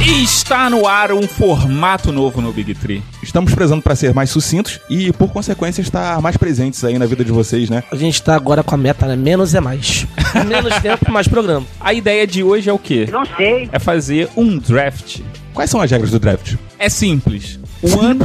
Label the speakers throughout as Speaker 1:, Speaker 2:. Speaker 1: Está no ar um formato novo no Big Tree.
Speaker 2: Estamos prezando para ser mais sucintos e, por consequência, estar mais presentes aí na vida de vocês, né?
Speaker 3: A gente tá agora com a meta, né? Menos é mais. Menos tempo, mais programa.
Speaker 1: A ideia de hoje é o quê?
Speaker 4: Não sei.
Speaker 1: É fazer um draft.
Speaker 2: Quais são as regras do draft?
Speaker 1: É simples. Um ano.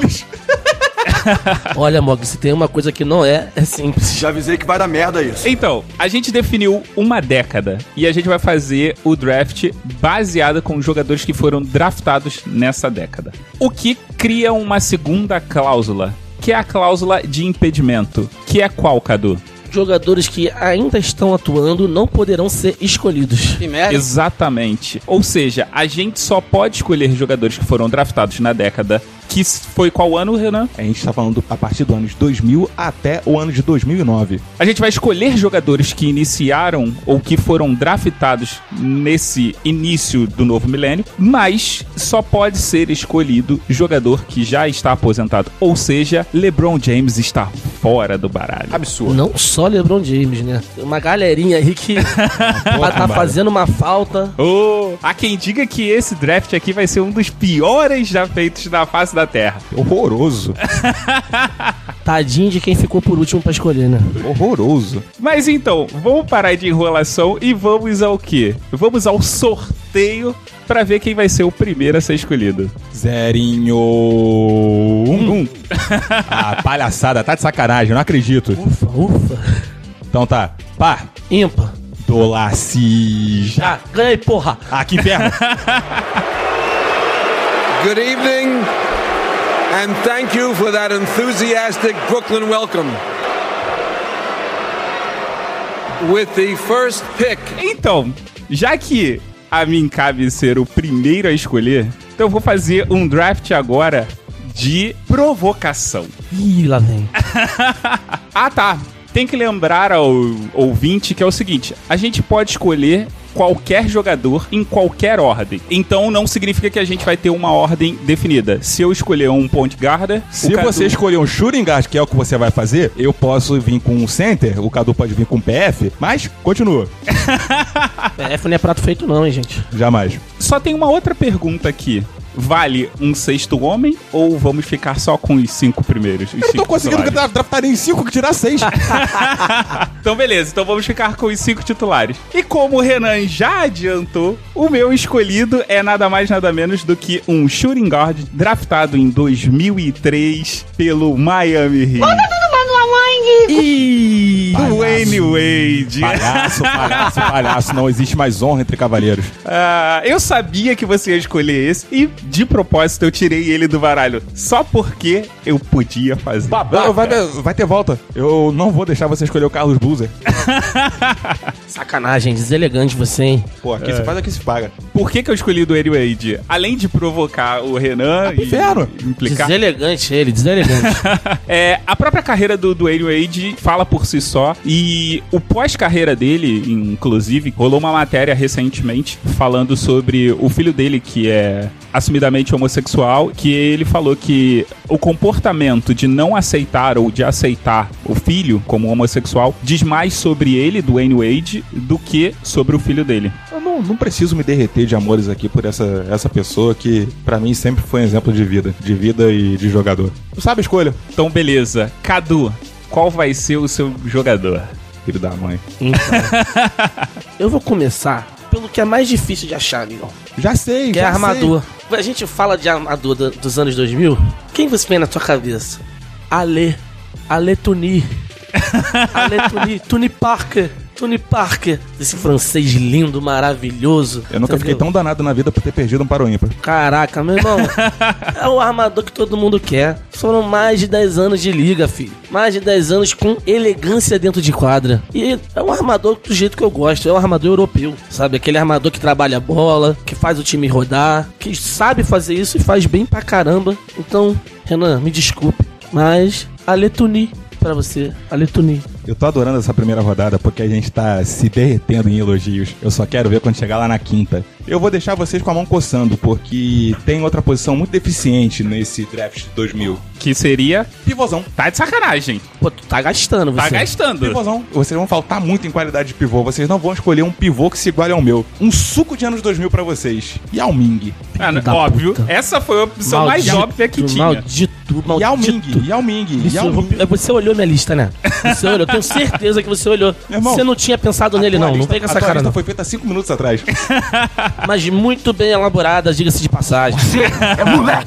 Speaker 3: Olha, Mog, se tem uma coisa que não é, é simples.
Speaker 5: Já avisei que vai dar merda isso.
Speaker 1: Então, a gente definiu uma década e a gente vai fazer o draft baseado com os jogadores que foram draftados nessa década. O que cria uma segunda cláusula, que é a cláusula de impedimento. Que é qual, Cadu?
Speaker 3: Jogadores que ainda estão atuando não poderão ser escolhidos.
Speaker 4: Que merda.
Speaker 1: Exatamente. Ou seja, a gente só pode escolher jogadores que foram draftados na década que foi qual ano, Renan?
Speaker 2: A gente está falando a partir do ano de 2000 até o ano de 2009.
Speaker 1: A gente vai escolher jogadores que iniciaram ou que foram draftados nesse início do novo milênio, mas só pode ser escolhido jogador que já está aposentado. Ou seja, LeBron James está fora do baralho.
Speaker 5: Absurdo.
Speaker 3: Não só LeBron James, né? Tem uma galerinha aí que vai tá fazendo uma falta.
Speaker 1: Oh, há quem diga que esse draft aqui vai ser um dos piores já feitos na face da Terra.
Speaker 2: Horroroso.
Speaker 3: Tadinho de quem ficou por último pra escolher, né?
Speaker 2: Horroroso.
Speaker 1: Mas então, vamos parar de enrolação e vamos ao quê? Vamos ao sorteio pra ver quem vai ser o primeiro a ser escolhido.
Speaker 2: Zerinho. Um. Ah, palhaçada. Tá de sacanagem. Não acredito.
Speaker 3: Ufa, ufa.
Speaker 2: Então tá. Pá.
Speaker 3: Ímpar.
Speaker 2: Dolaci.
Speaker 3: Já, ganhei, porra.
Speaker 2: Ah, que inferno.
Speaker 6: Good evening, and thank you for that enthusiastic Brooklyn welcome. With the first pick,
Speaker 1: Então, já que a mim cabe ser o primeiro a escolher, então eu vou fazer um draft agora de provocação.
Speaker 3: Ih, lá vem.
Speaker 1: Ah, tá. Tem que lembrar ao ouvinte que é o seguinte: a gente pode escolher qualquer jogador em qualquer ordem. Então não significa que a gente vai ter uma ordem definida. Se eu escolher um point guarda,
Speaker 2: Se você escolher um shooting guard, que é o que você vai fazer, eu posso vir com um center, o Cadu pode vir com um PF, mas continua.
Speaker 3: PF não é prato feito não, hein, gente.
Speaker 2: Jamais.
Speaker 1: Só tem uma outra pergunta aqui. Vale um sexto homem ou vamos ficar só com os cinco primeiros? Os
Speaker 2: Eu não tô
Speaker 1: cinco
Speaker 2: conseguindo
Speaker 1: titulares?
Speaker 2: dra- draftar nem cinco que tirar seis.
Speaker 1: Então, beleza, então vamos ficar com os cinco titulares. E como o Renan já adiantou, o meu escolhido é nada mais nada menos do que um shooting guard draftado em 2003 pelo Miami Heat.
Speaker 3: Ih,
Speaker 1: Wayne Wade.
Speaker 2: palhaço, palhaço, palhaço. Não existe mais honra entre cavaleiros.
Speaker 1: Ah, eu sabia que você ia escolher esse e, de propósito, eu tirei ele do baralho. Só porque eu podia fazer.
Speaker 2: Não, vai, ter- vai ter volta. Eu não vou deixar você escolher o Carlos Boozer.
Speaker 3: sacanagem, deselegante você, hein.
Speaker 2: Pô, aqui se faz, aqui se paga.
Speaker 1: Por que, que eu escolhi o Dwayne Wade? Além de provocar o Renan e
Speaker 2: inferno.
Speaker 1: implicar.
Speaker 3: Deselegante ele, deselegante.
Speaker 1: É, a própria carreira do Dwayne Wade fala por si só e o pós-carreira dele, inclusive, rolou uma matéria recentemente falando sobre o filho dele que é assumidamente homossexual, que ele falou que o comportamento de não aceitar ou de aceitar o filho como homossexual diz mais sobre ele, Dwayne Wade, do que sobre o filho dele.
Speaker 2: Eu não, não preciso me derreter de amores aqui por essa, essa pessoa que, pra mim, sempre foi um exemplo de vida. De vida e de jogador. Sabe a escolha?
Speaker 1: Então, beleza. Cadu, qual vai ser o seu jogador?
Speaker 2: Filho da mãe.
Speaker 3: Então, eu vou começar pelo que é mais difícil de achar, amigão.
Speaker 2: Já sei,
Speaker 3: Que é
Speaker 2: já
Speaker 3: armador. Quando A gente fala de armador do- dos anos 2000. Quem você vem na tua cabeça? Ale. Ale Tuni. Ale Tuni. Tuni Parker. Tuni Parker. Esse francês lindo, maravilhoso.
Speaker 2: sei. Eu nunca fiquei
Speaker 3: entendeu?
Speaker 2: tão danado na vida por ter perdido um paro ímpar.
Speaker 3: Caraca, meu irmão. é o armador que todo mundo quer. Foram mais de 10 anos de liga, filho. Mais de 10 anos com elegância dentro de quadra. E é um armador do jeito que eu gosto. É um armador europeu, sabe? Aquele armador que trabalha a bola, que faz o time rodar, que sabe fazer isso e faz bem pra caramba. Então, Renan, me desculpe, mas a Letuni pra você. A Letuni.
Speaker 2: Eu tô adorando essa primeira rodada porque a gente tá se derretendo em elogios. Eu só quero ver quando chegar lá na quinta. Eu vou deixar vocês com a mão coçando porque tem outra posição muito deficiente nesse draft 2000.
Speaker 1: Que seria.
Speaker 2: Pivôzão.
Speaker 1: Tá de sacanagem.
Speaker 3: Pô, tu tá gastando, você.
Speaker 1: Tá gastando.
Speaker 2: Pivôzão. Vocês vão faltar muito em qualidade de pivô. Vocês não vão escolher um pivô que se iguale ao meu. Um suco de anos 2000 pra vocês. Yao Ming.
Speaker 1: Ah, não,
Speaker 3: da
Speaker 1: óbvio.
Speaker 3: puta.
Speaker 1: Essa foi a opção mais
Speaker 3: Maldito,
Speaker 1: óbvia que tinha.
Speaker 3: Maldito, maldito.
Speaker 2: Yao Ming. Yao Ming.
Speaker 3: Isso,
Speaker 2: Yao
Speaker 3: eu vou-
Speaker 2: Ming.
Speaker 3: é, você olhou minha lista, né? Você olhou, eu tenho certeza que você olhou.
Speaker 2: Meu irmão,
Speaker 3: você não tinha pensado
Speaker 2: A
Speaker 3: nele,
Speaker 2: tua
Speaker 3: não. Não
Speaker 2: lista-
Speaker 3: vem com
Speaker 2: a
Speaker 3: essa
Speaker 2: tua
Speaker 3: cara,
Speaker 2: lista
Speaker 3: não.
Speaker 2: foi feita cinco minutos atrás.
Speaker 3: Mas muito bem elaborada, diga-se de passagem.
Speaker 2: É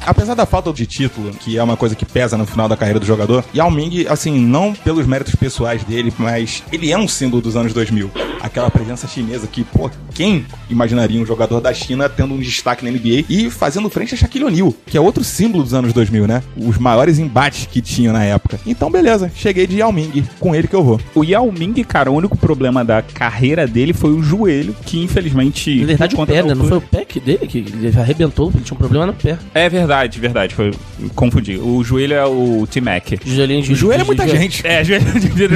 Speaker 2: Apesar da falta de título, que é uma coisa que pesa no final da carreira do jogador, Yao Ming, assim, não pelos méritos pessoais dele, mas ele é um símbolo dos anos 2000. Aquela presença chinesa que, pô, quem imaginaria um jogador da China tendo um destaque na NBA e fazendo frente a Shaquille O'Neal, que é outro símbolo dos anos 2000, né? Os maiores embates que tinha na época. Então, beleza, cheguei de Yao Ming, com ele que eu vou.
Speaker 1: O Yao Ming, cara, o único problema da carreira dele foi o joelho, que infelizmente.
Speaker 3: Na verdade,
Speaker 1: por
Speaker 3: o
Speaker 1: conta
Speaker 3: pé,
Speaker 1: da
Speaker 3: né? Não
Speaker 1: altura-
Speaker 3: foi o pé que dele que ele arrebentou, ele tinha um problema no pé.
Speaker 1: É verdade, verdade. Foi... Confundi. O joelho é o T-Mac.
Speaker 3: Joelhinho de
Speaker 2: Joelho é
Speaker 3: de-
Speaker 2: muita
Speaker 3: de-
Speaker 2: gente.
Speaker 1: É, joelho,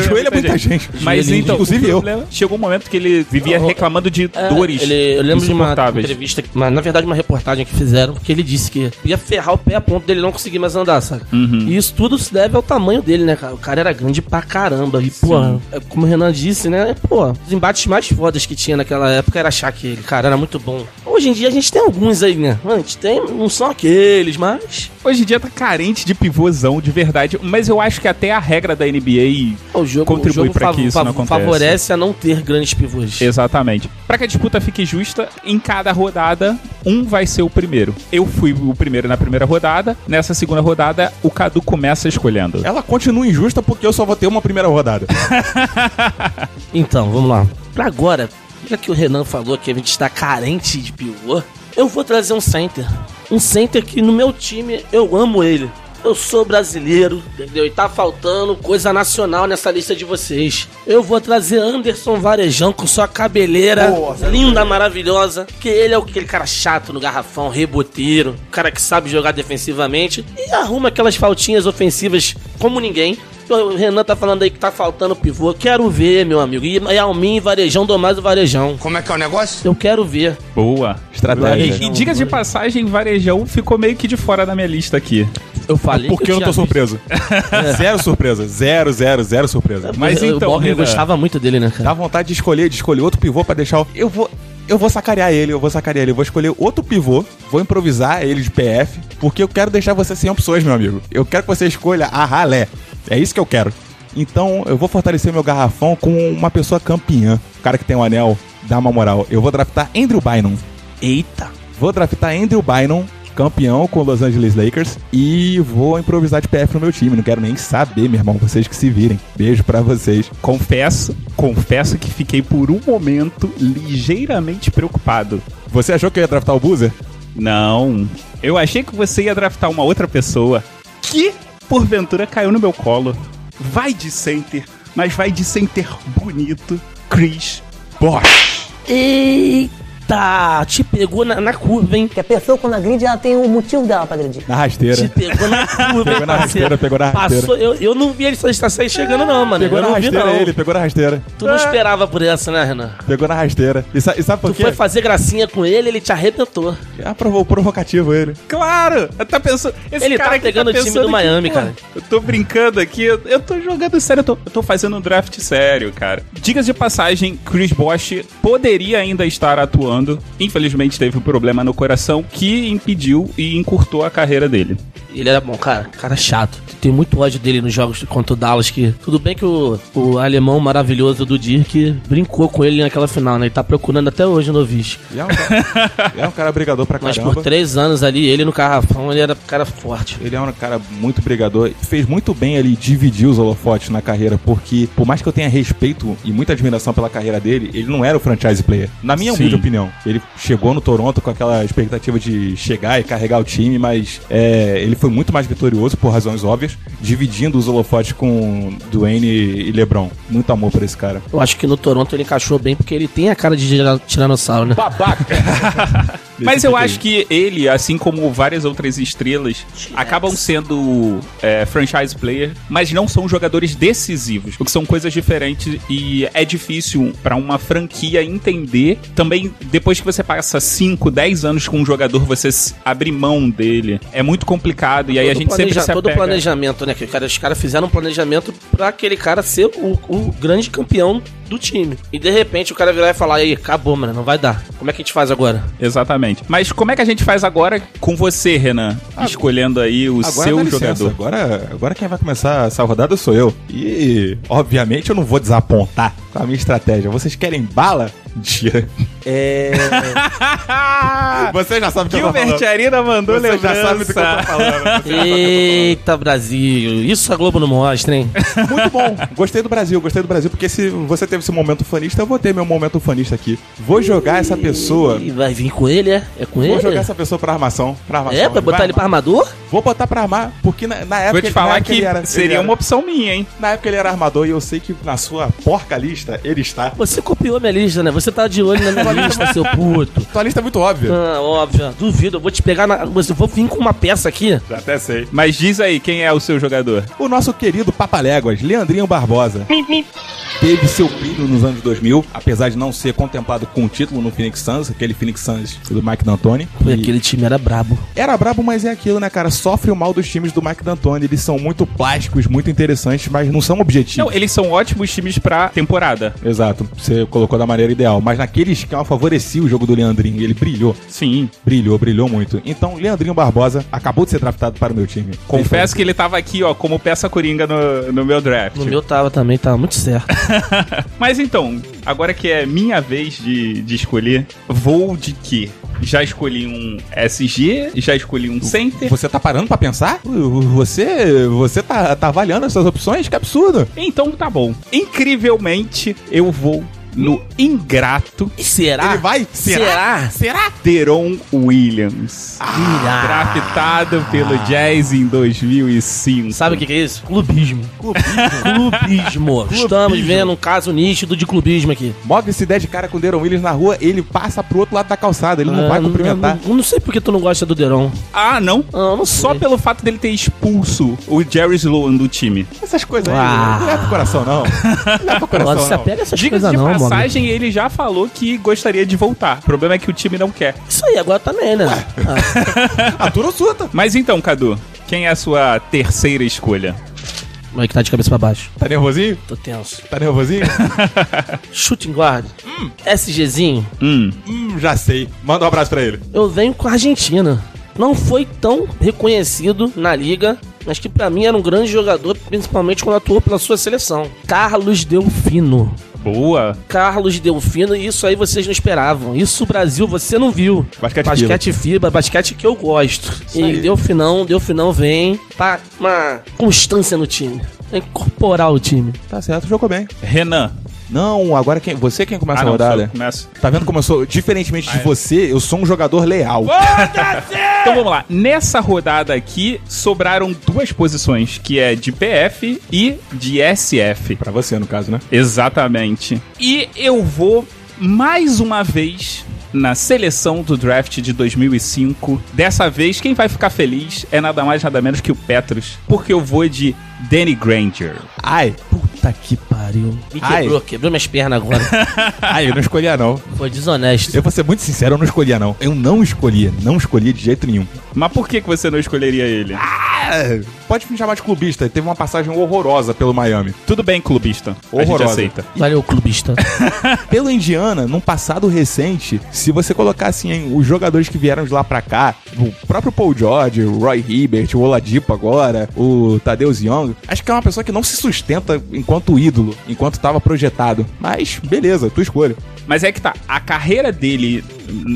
Speaker 2: Joelho é muita gente. é
Speaker 1: Mas
Speaker 3: Joelhinho,
Speaker 1: então,
Speaker 2: inclusive
Speaker 1: o
Speaker 2: eu.
Speaker 1: problema- Chegou um momento que ele vivia
Speaker 3: Oh,
Speaker 1: reclamando de
Speaker 3: É,
Speaker 1: dores.
Speaker 3: ele- eu lembro de uma
Speaker 1: insuportáveis.
Speaker 3: entrevista, que- mas, na verdade, uma reportagem que fizeram, que ele disse que ia ferrar o pé a ponto dele não conseguir mais andar, sabe?
Speaker 1: Uhum.
Speaker 3: E isso tudo se deve ao tamanho dele, né, cara? O cara era grande pra caramba. E, pô, é, como o Renan disse, né? Pô, os embates mais fodas que tinha naquela época era achar que ele, cara, era muito bom. Hoje em dia a gente tem alguns aí, né? A gente tem, não são aqueles, mas.
Speaker 1: Hoje em dia tá carente de pivôzão, de verdade. Mas eu acho que até a regra da NBA
Speaker 3: O jogo,
Speaker 1: Contribui
Speaker 3: o jogo
Speaker 1: pra que isso não aconteça.
Speaker 3: favorece a não ter grandes pivôs.
Speaker 1: Exatamente. Pra que a disputa fique justa, em cada rodada, um vai ser o primeiro. Eu fui o primeiro na primeira rodada, nessa segunda rodada, o Cadu começa escolhendo.
Speaker 2: Ela continua injusta porque eu só vou ter uma primeira rodada.
Speaker 3: Então, vamos lá. Pra agora, já que o Renan falou que a gente está carente de pivô, eu vou trazer um center. Um center que no meu time eu amo ele. Eu sou brasileiro, entendeu? E tá faltando coisa nacional nessa lista de vocês. Eu vou trazer Anderson Varejão com sua cabeleira linda, maravilhosa. Que ele é aquele cara chato no garrafão, reboteiro, o cara que sabe jogar defensivamente e arruma aquelas faltinhas ofensivas como ninguém. O Renan tá falando aí que tá faltando pivô. Quero ver, meu amigo. E Almin, Varejão, Domaz e Varejão.
Speaker 4: Como é que é o negócio?
Speaker 3: Eu quero ver.
Speaker 1: Boa.
Speaker 2: Estratégia.
Speaker 1: E diga de passagem, Varejão ficou meio que de fora da minha lista aqui.
Speaker 3: Eu falei.
Speaker 2: Porque
Speaker 3: que
Speaker 2: eu não tô
Speaker 3: tinha visto.
Speaker 2: surpreso. zero surpresa. Zero, zero, zero surpresa.
Speaker 1: Mas
Speaker 3: Eu-
Speaker 1: então,
Speaker 3: o Borja
Speaker 1: Renan.
Speaker 3: gostava muito dele, né, cara?
Speaker 2: Dá vontade de escolher, de escolher outro pivô pra deixar. o- Eu vou. Eu vou sacarear ele, eu vou sacarear ele. Eu vou escolher outro pivô, vou improvisar ele de PF, porque eu quero deixar você sem opções, meu amigo. Eu quero que você escolha a ralé. É isso que eu quero. Então, eu vou fortalecer meu garrafão com uma pessoa campeã. O cara que tem um anel, dá uma moral. Eu vou draftar Andrew Bynum.
Speaker 3: Eita.
Speaker 2: Vou draftar Andrew Bynum, campeão com Los Angeles Lakers, e vou improvisar de PF no meu time. Não quero nem saber, meu irmão. Vocês que se virem. Beijo pra vocês.
Speaker 1: Confesso, confesso que fiquei por um momento ligeiramente preocupado.
Speaker 2: Você achou que eu ia draftar o Boozer?
Speaker 1: Não, eu achei que você ia draftar uma outra pessoa que, porventura, caiu no meu colo. Vai de center, mas vai de center bonito, Chris Bosh.
Speaker 2: Tá-
Speaker 3: Eita. Te pegou na, na curva, hein?
Speaker 5: Porque a pessoa, quando agride, ela tem um motivo dela pra agredir.
Speaker 2: Na
Speaker 3: Te
Speaker 2: rasteira.
Speaker 3: pegou na
Speaker 2: Pegou
Speaker 3: curva, hein,
Speaker 2: na rasteira,
Speaker 3: parceiro.
Speaker 2: pegou na rasteira.
Speaker 3: Passou, eu, eu não vi ele está aí chegando, não, mano.
Speaker 2: Pegou
Speaker 3: eu
Speaker 2: na
Speaker 3: não vi,
Speaker 2: rasteira
Speaker 3: não.
Speaker 2: ele, Ah. pegou na rasteira.
Speaker 3: Tu não esperava por essa, né, Renan?
Speaker 2: Pegou na rasteira. E, sa- e sabe por
Speaker 3: Tu
Speaker 2: quê?
Speaker 3: foi fazer gracinha com ele, ele te arrebentou.
Speaker 2: Ah, provo- provocativo ele.
Speaker 1: Claro! Tá pensando, esse
Speaker 3: Ele tá
Speaker 1: cara aqui
Speaker 3: pegando o time
Speaker 1: pensando
Speaker 3: do Miami,
Speaker 1: pô,
Speaker 3: cara.
Speaker 1: Eu tô brincando aqui, eu, eu tô jogando sério, eu tô, eu tô fazendo um draft sério, cara. Dicas de passagem, Chris Bosch poderia ainda estar atuando. Infelizmente teve um problema no coração que impediu e encurtou a carreira dele.
Speaker 3: Ele era bom, cara. Cara chato. Tem muito ódio dele nos jogos contra o Dallas. Que, tudo bem que o, o alemão maravilhoso do Dirk brincou com ele naquela final, né? Ele tá procurando até hoje no Novice.
Speaker 2: E é um cara, é um cara brigador pra
Speaker 3: Mas
Speaker 2: caramba.
Speaker 3: por três anos ali, ele no Carrafão, ele era cara forte.
Speaker 2: Ele é um cara muito brigador. Fez muito bem ele dividir os holofotes na carreira, porque por mais que eu tenha respeito e muita admiração pela carreira dele, ele não era o franchise player. Na minha
Speaker 1: Sim.
Speaker 2: humilde opinião. Ele chegou no Toronto com aquela expectativa de chegar e carregar o time, mas é, ele foi muito mais vitorioso por razões óbvias, dividindo os holofotes com Duane e LeBron. Muito amor por esse cara.
Speaker 3: Eu acho que no Toronto ele encaixou bem porque ele tem a cara de tira- tiranossauro, né?
Speaker 1: Babaca!
Speaker 2: desse
Speaker 1: Mas eu
Speaker 2: pique aí.
Speaker 1: acho que ele, assim como várias outras estrelas, acabam sendo é, franchise player, mas não são jogadores decisivos, o que são coisas diferentes e é difícil pra uma franquia entender. Também, depois que você passa 5, 10 anos com um jogador, você s- abrir mão dele. É muito complicado e aí a
Speaker 3: Todo
Speaker 1: gente sempre
Speaker 3: planeja-
Speaker 1: se
Speaker 3: Todo
Speaker 1: apega...
Speaker 3: planejamento, né? Que o cara- os caras fizeram um planejamento pra aquele cara ser o, o grande campeão do time. E de repente o cara virar e falar, aí, acabou, mano, não vai dar. Como é que a gente faz agora?
Speaker 1: Exatamente. Mas como é que a gente faz agora com você, Renan? escolhendo aí o
Speaker 2: Agora
Speaker 1: seu
Speaker 2: dá licença,
Speaker 1: jogador.
Speaker 2: Agora, agora quem vai começar essa rodada sou eu. E, obviamente, eu não vou desapontar com a minha estratégia. Vocês querem bala? Dia. É. Você já sabe o que eu tô falando.
Speaker 1: Gilbert é Arena mandou
Speaker 2: Você já sabe do que eu tô
Speaker 1: lembrança.
Speaker 2: falando.
Speaker 3: Eita, Brasil, isso a Globo não mostra, hein?
Speaker 2: Muito bom. Gostei do Brasil, gostei do Brasil, porque se você teve esse momento fanista, eu vou ter meu momento fanista aqui. Vou jogar essa pessoa.
Speaker 3: E vai vir com ele, é? É com
Speaker 2: Vou
Speaker 3: ele?
Speaker 2: jogar essa pessoa pra armação. Pra armação.
Speaker 3: É, pra
Speaker 2: Vai
Speaker 3: botar ele pra
Speaker 2: armar.
Speaker 3: armador?
Speaker 2: Vou botar pra armar, porque na, na época.
Speaker 1: Vou te
Speaker 2: na
Speaker 1: falar
Speaker 2: época
Speaker 1: né, que
Speaker 2: ele era- ele
Speaker 1: seria
Speaker 2: era-
Speaker 1: uma opção minha, hein?
Speaker 2: Na época ele era armador e eu sei que na sua porca lista ele está.
Speaker 3: Você copiou minha lista, né? Você tá de olho na minha lista, seu puto.
Speaker 2: Tua lista é muito óbvia.
Speaker 3: Ah, óbvio. Duvido, eu vou te pegar na. Mas eu vou vir com uma peça aqui.
Speaker 2: Já Até sei.
Speaker 1: Mas diz aí, quem é o seu jogador?
Speaker 2: O nosso querido Papaléguas, Leandrinho Barbosa, teve seu brilho nos anos 2000, apesar de não ser contemplado com o título no Phoenix Suns, aquele Phoenix Suns do Mike D'Antoni.
Speaker 3: Pô,
Speaker 2: E
Speaker 3: aquele time era brabo.
Speaker 2: Era brabo, mas é aquilo, né, cara? Sofre o mal dos times do Mike D'Antoni. Eles são muito plásticos, muito interessantes, mas não são objetivos.
Speaker 1: Não, eles são ótimos times pra temporada.
Speaker 2: Exato, você colocou da maneira ideal. Mas naquele esquema favorecia o jogo do Leandrinho, ele brilhou.
Speaker 1: Sim.
Speaker 2: Brilhou, brilhou muito. Então, Leandrinho Barbosa acabou de ser draftado para o meu time.
Speaker 1: Confesso que ele tava aqui, ó, como peça coringa no, no meu draft.
Speaker 3: No meu tava também, tava muito certo.
Speaker 1: Mas então, agora que é minha vez de, de escolher, vou de quê? Já escolhi um SG, já escolhi um center.
Speaker 2: Você tá parando pra pensar? Você você tá, tá avaliando essas opções? Que absurdo!
Speaker 1: Então tá bom. Incrivelmente, eu vou no ingrato
Speaker 3: E será?
Speaker 1: Ah,
Speaker 2: Ele vai?
Speaker 3: Será?
Speaker 2: Será?
Speaker 1: Deron Williams.
Speaker 2: Ah,
Speaker 3: Irá.
Speaker 1: Draftado pelo Jazz em 2005.
Speaker 3: Ah. Sabe o que, que é isso? Clubismo. Clubismo. Estamos vendo um caso nítido de clubismo aqui.
Speaker 2: Move se der de cara com o Deron Williams na rua, ele passa pro outro lado da calçada, ele não
Speaker 3: Ah,
Speaker 2: vai cumprimentar.
Speaker 3: Não, não, não sei porque tu não gosta do Deron.
Speaker 1: Ah, não?
Speaker 3: Ah, não
Speaker 1: Só
Speaker 3: sei.
Speaker 1: pelo fato dele ter expulso o Jerry Sloan do time.
Speaker 2: Essas coisas aí,
Speaker 3: Ah.
Speaker 2: não leva pro coração, não. Não leva pro coração,
Speaker 3: Não se
Speaker 2: não.
Speaker 3: apega a essas
Speaker 1: Diga-se
Speaker 3: coisas
Speaker 1: de
Speaker 3: não, mano.
Speaker 1: passagem, ele já falou que gostaria de voltar. O problema é que o time não quer.
Speaker 3: Isso aí, agora também, né? Ah,
Speaker 2: A tua não surta.
Speaker 1: Mas então, Cadu, quem é a sua terceira escolha?
Speaker 3: Como é que tá de cabeça pra baixo?
Speaker 2: Tá nervosinho?
Speaker 3: Tô tenso.
Speaker 2: Tá nervosinho?
Speaker 3: Shooting guard. SGzinho.
Speaker 1: Hum,
Speaker 2: hum, já sei. Manda um abraço pra ele.
Speaker 3: eu venho com a Argentina. Não foi tão reconhecido na liga, mas que pra mim era um grande jogador, principalmente quando atuou pela sua seleção. Carlos Delfino.
Speaker 1: boa.
Speaker 3: Carlos Delfino, e isso aí vocês não esperavam. Isso, Brasil, você não viu.
Speaker 2: Basquete
Speaker 3: basquete fibra, basquete que eu gosto. E Delfinão, Delfinão vem, tá uma constância no time. É Incorporar o time.
Speaker 2: Tá certo, jogou bem.
Speaker 1: Renan.
Speaker 2: Não, agora quem, você quem começa
Speaker 1: Ah,
Speaker 2: a
Speaker 1: não, sou eu Ah, é.
Speaker 2: rodada.
Speaker 1: que começo.
Speaker 2: Tá vendo como eu sou? Diferentemente de você, eu sou um jogador leal.
Speaker 1: Então vamos lá. Nessa rodada aqui, sobraram duas posições, que é de PF e de SF.
Speaker 2: Pra você, no caso, né?
Speaker 1: Exatamente. E eu vou mais uma vez na seleção do draft de 2005. Dessa vez, quem vai ficar feliz é nada mais nada menos que o Petrus, porque eu vou de Danny Granger.
Speaker 2: Ai,
Speaker 3: Puta que pariu. Me
Speaker 2: Ai.
Speaker 3: quebrou, quebrou minhas pernas agora.
Speaker 2: ai, eu não escolhia não.
Speaker 3: foi desonesto.
Speaker 2: Eu vou ser muito sincero, eu não escolhia não. Eu não escolhia, não escolhia de jeito nenhum.
Speaker 1: Mas por que, que você não escolheria ele?
Speaker 2: Ah, pode me chamar de clubista, teve uma passagem horrorosa pelo Miami.
Speaker 1: Tudo bem, clubista. A gente
Speaker 2: Horrorosa.
Speaker 1: aceita.
Speaker 3: Valeu, clubista.
Speaker 2: Pelo Indiana, num passado recente, se você colocar assim, hein, os jogadores que vieram de lá pra cá, o próprio Paul George, o Roy Hibbert, o Oladipo agora, o Tadeusz Young, acho que é uma pessoa que não se sustenta enquanto ídolo, enquanto tava projetado. Mas, beleza, tua escolha.
Speaker 1: Mas é que tá, a carreira dele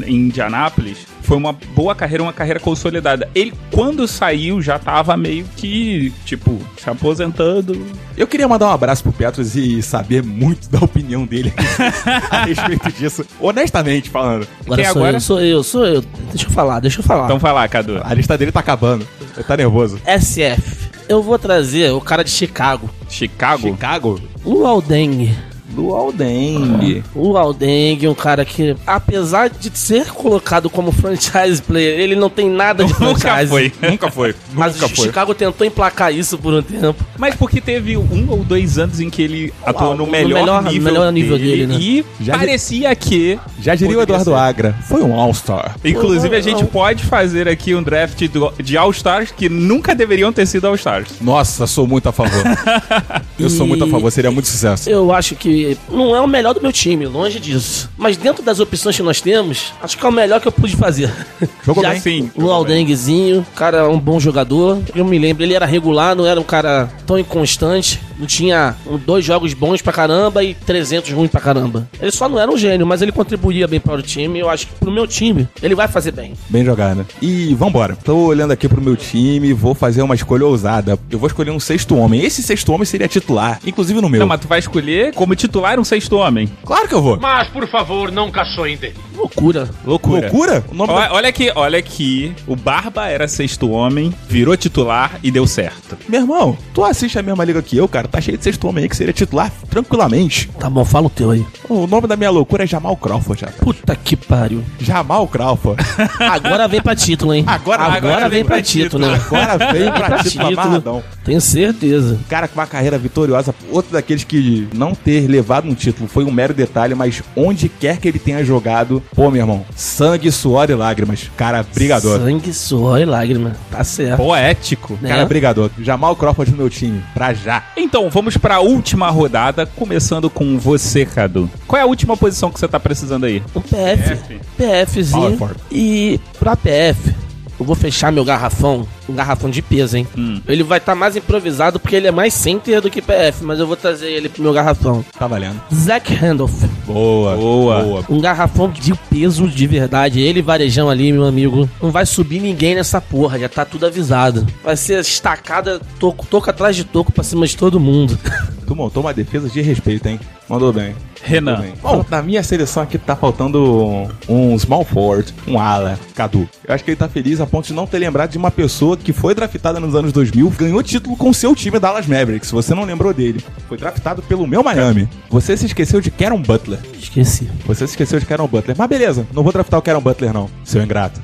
Speaker 1: em Indianápolis foi uma boa carreira, uma carreira consolidada. Ele, quando saiu, já tava meio que, tipo, se aposentando.
Speaker 2: Eu queria mandar um abraço pro Petros e saber muito da opinião dele a respeito disso. Honestamente falando,
Speaker 3: Agora
Speaker 1: Quem
Speaker 3: sou
Speaker 1: agora?
Speaker 3: eu, sou eu, sou eu. Deixa eu falar, deixa eu falar.
Speaker 1: Então vai lá, Cadu.
Speaker 2: a lista dele tá acabando. Ele tá nervoso.
Speaker 3: SF. Eu vou trazer o cara de Chicago,
Speaker 1: Chicago?
Speaker 2: Chicago?
Speaker 3: o Aldeng.
Speaker 2: do Aldengue.
Speaker 3: O Aldengue, um cara que, apesar de ser colocado como franchise player, ele não tem nada de
Speaker 1: Nunca
Speaker 3: franchise.
Speaker 1: foi.
Speaker 2: Nunca foi.
Speaker 3: Mas
Speaker 2: nunca
Speaker 3: o
Speaker 2: foi.
Speaker 3: Chicago tentou emplacar isso por um tempo.
Speaker 1: Mas porque teve um ou dois anos em que ele atuou no
Speaker 3: Ah, no
Speaker 1: melhor,
Speaker 3: melhor-
Speaker 1: nível,
Speaker 3: melhor nível
Speaker 1: dele,
Speaker 3: dele, né?
Speaker 1: e
Speaker 2: Já-
Speaker 1: parecia que...
Speaker 2: Já diria o
Speaker 1: poderia
Speaker 2: Eduardo
Speaker 1: ser.
Speaker 2: Agra. Foi um All-Star.
Speaker 1: Inclusive, a gente
Speaker 3: Não.
Speaker 1: pode fazer aqui um draft do- de All-Stars que nunca deveriam ter sido All-Stars.
Speaker 2: Nossa, sou muito a favor. Eu sou muito a favor, seria muito sucesso.
Speaker 3: Eu acho que não é o melhor do meu time, longe disso. Mas dentro das opções que nós temos, acho que é o melhor que eu pude fazer.
Speaker 2: Jogou
Speaker 3: Já
Speaker 2: bem.
Speaker 1: Sim,
Speaker 3: O Aldenguezinho, o cara é um bom jogador. Eu me lembro, ele era regular, não era um cara tão inconstante. Não tinha um, dois jogos bons pra caramba e 300 ruins pra caramba. Ele só não era um gênio, mas ele contribuía bem para o time. Eu acho que pro meu time, ele vai fazer bem.
Speaker 2: Bem jogado. E vambora. Tô olhando aqui pro meu time, vou fazer uma escolha ousada. Eu vou escolher um sexto homem. Esse sexto homem seria titular, inclusive no meu.
Speaker 1: Não, mas tu vai escolher como titular um sexto homem.
Speaker 2: Claro que eu vou.
Speaker 4: Mas, por favor, não caçoendem.
Speaker 3: Loucura.
Speaker 1: Loucura. é?
Speaker 2: Loucura? O nome
Speaker 1: Olha, olha aqui, olha aqui. O Barba era sexto homem, virou titular e deu certo.
Speaker 2: Meu irmão, tu assiste a mesma liga que eu, cara. Tá cheio de sexto homem aí que seria titular tranquilamente.
Speaker 3: Tá bom, fala o teu aí.
Speaker 2: O nome da minha loucura é Jamal Crawford, rapaz.
Speaker 3: Puta que pariu.
Speaker 2: Jamal Crawford.
Speaker 3: Agora vem pra título, hein?
Speaker 2: Agora-
Speaker 3: agora,
Speaker 1: agora
Speaker 3: vem,
Speaker 1: vem
Speaker 3: pra
Speaker 1: pra
Speaker 3: título, né?
Speaker 2: Agora vem pra título amarradão.
Speaker 3: Tenho certeza.
Speaker 2: Cara com uma carreira vitoriosa, outro daqueles que não ter levado um título foi um mero detalhe, mas onde quer que ele tenha jogado, pô, meu irmão, sangue, suor e lágrimas. Cara, brigador.
Speaker 3: Sangue, suor e lágrima. Tá certo.
Speaker 1: Poético.
Speaker 3: Né?
Speaker 2: Cara, brigador. Jamal Crawford no meu time, pra já.
Speaker 1: Então, vamos pra última rodada, começando com você, Cadu. Qual é a última posição que você tá precisando aí?
Speaker 3: Um PF. PFzinho.
Speaker 2: Power forward.
Speaker 3: E pra PF, eu vou fechar meu garrafão. Um garrafão de peso, hein? Ele vai estar mais improvisado porque ele é mais center do que PF, mas eu vou trazer ele pro meu garrafão.
Speaker 2: Tá valendo.
Speaker 3: Zach Randolph.
Speaker 2: Boa.
Speaker 1: Boa.
Speaker 3: Um garrafão de peso de verdade. Ele e varejão ali, meu amigo. Não vai subir ninguém nessa porra, já tá tudo avisado. Vai ser estacada toco, toco atrás de toco pra cima de todo mundo.
Speaker 2: Tu montou uma defesa de respeito, hein? Mandou bem.
Speaker 1: Renan.
Speaker 2: Mandou bem. Bom, na minha seleção aqui tá faltando um, um small forward, um ala, Cadu. Eu acho que ele tá feliz a ponto de não ter lembrado de uma pessoa que foi draftada nos anos 2000, ganhou título com seu time Dallas Mavericks. Você não lembrou dele. Foi draftado pelo meu Miami. Você se esqueceu de Karen Butler.
Speaker 3: Esqueci.
Speaker 2: Você se esqueceu de Karen Butler. Mas beleza, não vou draftar o Karen Butler não, seu ingrato.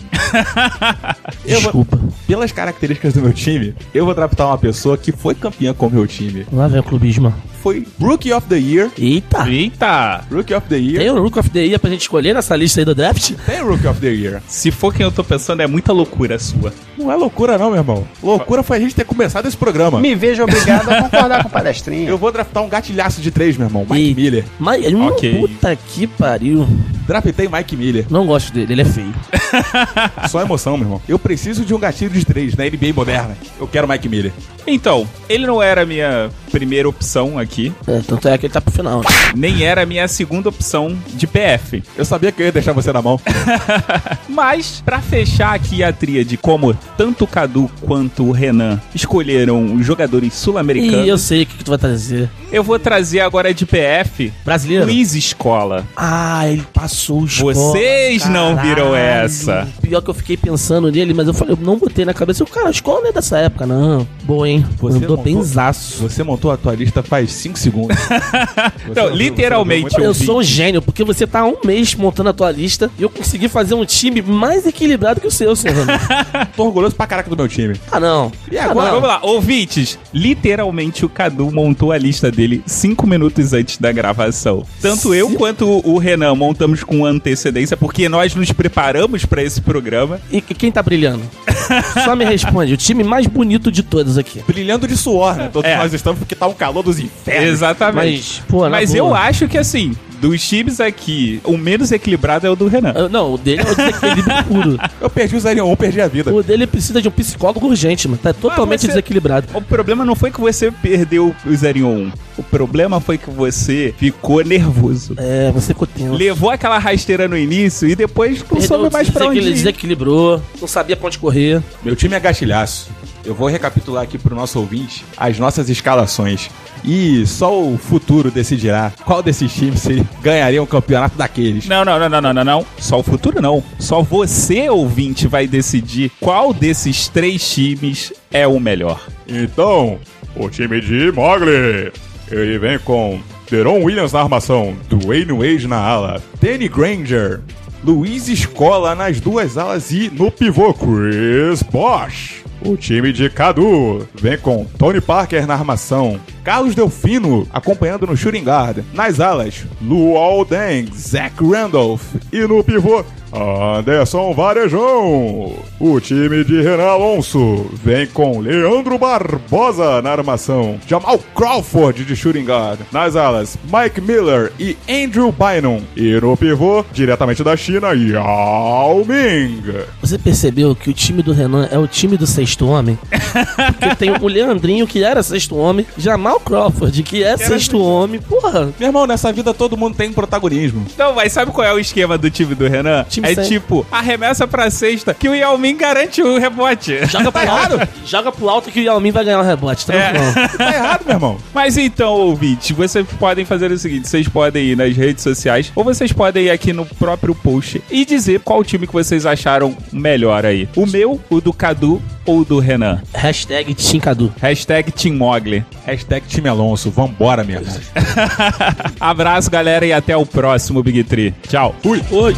Speaker 2: Eu vou-
Speaker 3: Desculpa.
Speaker 2: Pelas características do meu time, eu vou draftar uma pessoa que foi campeã com o meu time.
Speaker 3: Lá vem o clubismo.
Speaker 2: Foi Rookie of the Year.
Speaker 3: Eita!
Speaker 1: Eita!
Speaker 2: Rookie of the Year.
Speaker 3: Tem o Rook of the Year pra gente escolher nessa lista aí do draft?
Speaker 2: Tem Rookie of the Year.
Speaker 1: Se for quem eu tô pensando, é muita loucura sua.
Speaker 2: Não é loucura não, meu irmão. Loucura foi a gente ter começado esse programa.
Speaker 7: Me vejo obrigado a concordar com o palestrinho.
Speaker 2: Eu vou draftar um gatilhaço de três, meu irmão. Mike
Speaker 3: Eita.
Speaker 2: Miller.
Speaker 3: Mas ele
Speaker 1: Ok.
Speaker 3: um puta que pariu.
Speaker 2: Draftei Mike Miller.
Speaker 3: Não gosto dele, ele é feio.
Speaker 2: Só emoção, meu irmão. Eu preciso de um gatilho de três na NBA moderna. Eu quero Mike Miller.
Speaker 1: Então, ele não era a minha primeira opção aqui,
Speaker 3: É, tanto é que ele tá pro final. né?
Speaker 1: nem era a minha segunda opção de PF.
Speaker 2: Eu sabia que eu ia deixar você na mão.
Speaker 1: Mas, pra fechar aqui a tríade, como tanto o Cadu quanto o Renan escolheram os jogadores
Speaker 3: E
Speaker 1: sul-americanos,
Speaker 3: eu sei o que, que tu vai trazer.
Speaker 1: eu vou trazer agora de PF
Speaker 3: Brasileiro?
Speaker 1: Luiz Escola.
Speaker 3: Ah, ele passou os
Speaker 1: Vocês não viram essa.
Speaker 3: Pior que eu fiquei pensando nele, mas eu falei, eu não botei na cabeça. Eu, cara, a escola não é dessa época, não. Boa, hein?
Speaker 2: Você
Speaker 3: Mandou
Speaker 2: montou-
Speaker 3: benzaço.
Speaker 2: Você montou a tua lista faz cinco segundos. Você
Speaker 1: Então,
Speaker 2: viu-
Speaker 1: literalmente,
Speaker 2: você não viu muito-
Speaker 1: eu
Speaker 3: Eu
Speaker 1: vi.
Speaker 3: sou um gênio, porque você tá há um mês montando a tua lista e eu consegui fazer um time mais equilibrado que o seu, senhor. Ronaldo.
Speaker 2: Tô orgulhoso pra caraca do meu time.
Speaker 3: ah, não.
Speaker 2: E
Speaker 3: Ah,
Speaker 2: agora,
Speaker 3: não.
Speaker 1: Vamos lá, ouvintes. Literalmente o Cadu montou a lista dele cinco minutos antes da gravação. Tanto eu quanto o Renan montamos com antecedência, porque nós nos preparamos pra esse programa.
Speaker 3: E que- quem tá brilhando? Só me responde, o time mais bonito de todos aqui.
Speaker 2: Brilhando de suor, né? Todos
Speaker 1: É.
Speaker 2: nós estamos porque tá um calor dos infernos.
Speaker 1: Exatamente.
Speaker 3: Mas, pô, na
Speaker 1: Mas eu
Speaker 3: boa.
Speaker 1: acho que assim, dos times aqui, o menos equilibrado é o do Renan.
Speaker 3: Ah, Não, o dele é o desequilíbrio puro.
Speaker 2: Eu perdi o Zerion 1, perdi a vida.
Speaker 3: O dele precisa de um psicólogo urgente, mano. Tá totalmente
Speaker 1: Ah, você-
Speaker 3: desequilibrado.
Speaker 1: O problema não foi que você perdeu o 0 em 1. O problema foi que você ficou nervoso.
Speaker 3: É, você ficou tenso.
Speaker 1: Levou aquela rasteira no início e depois não
Speaker 3: Perdeu,
Speaker 1: soube mais pra onde
Speaker 3: desequil-
Speaker 1: ir.
Speaker 3: Desequilibrou, não sabia pra onde correr.
Speaker 2: Meu time é gatilhaço. Eu vou recapitular aqui pro nosso ouvinte as nossas escalações. E só o futuro decidirá qual desses times seria- ganharia um campeonato daqueles.
Speaker 1: Não, não, não, não, não, não, não. Só o futuro não. Só você, ouvinte, vai decidir qual desses três times é o melhor.
Speaker 2: Então, o time de Mogli, ele vem com Deron Williams na armação, Dwayne Wade na ala, Danny Granger, Luiz Escola nas duas alas e no pivô, Chris Bosch. O time de Cadu vem com Tony Parker na armação, Carlos Delfino acompanhando no shooting guard, nas alas, Luol Deng, Zach Randolph e no pivô, Anderson Varejão. O time de Renan Alonso vem com Leandro Barbosa na armação, Jamal Crawford de shooting guard, nas alas, Mike Miller e Andrew Bynum e no pivô, diretamente da China, Yao Ming.
Speaker 3: Você percebeu que o time do Renan é o time do sexto homem? Porque tem o Leandrinho, que era sexto homem, Jamal Crawford, que é sexto homem. Porra,
Speaker 2: Meu irmão, nessa vida todo mundo tem protagonismo.
Speaker 1: Então, mas sabe qual é o esquema do time do Renan?
Speaker 3: Time
Speaker 1: é
Speaker 3: sem.
Speaker 1: tipo, arremessa pra sexta, que o Yao Ming garante o rebote.
Speaker 3: joga pro alto. Joga pro alto que o Yao Ming vai ganhar o rebote, tranquilão.
Speaker 1: É.
Speaker 2: Tá errado, meu irmão.
Speaker 1: Mas então, ouvinte, vocês podem fazer o seguinte: vocês podem ir nas redes sociais ou vocês podem ir aqui no próprio post e dizer qual time que vocês acharam melhor aí. O meu, o do Cadu ou o do Renan?
Speaker 3: Hashtag Tincadu.
Speaker 1: Hashtag Team Mogli.
Speaker 2: Hashtag time Alonso, vambora, minha irmã.
Speaker 1: Abraço, galera, e até o próximo Big Tree. Tchau.
Speaker 2: Fui.
Speaker 3: Oi.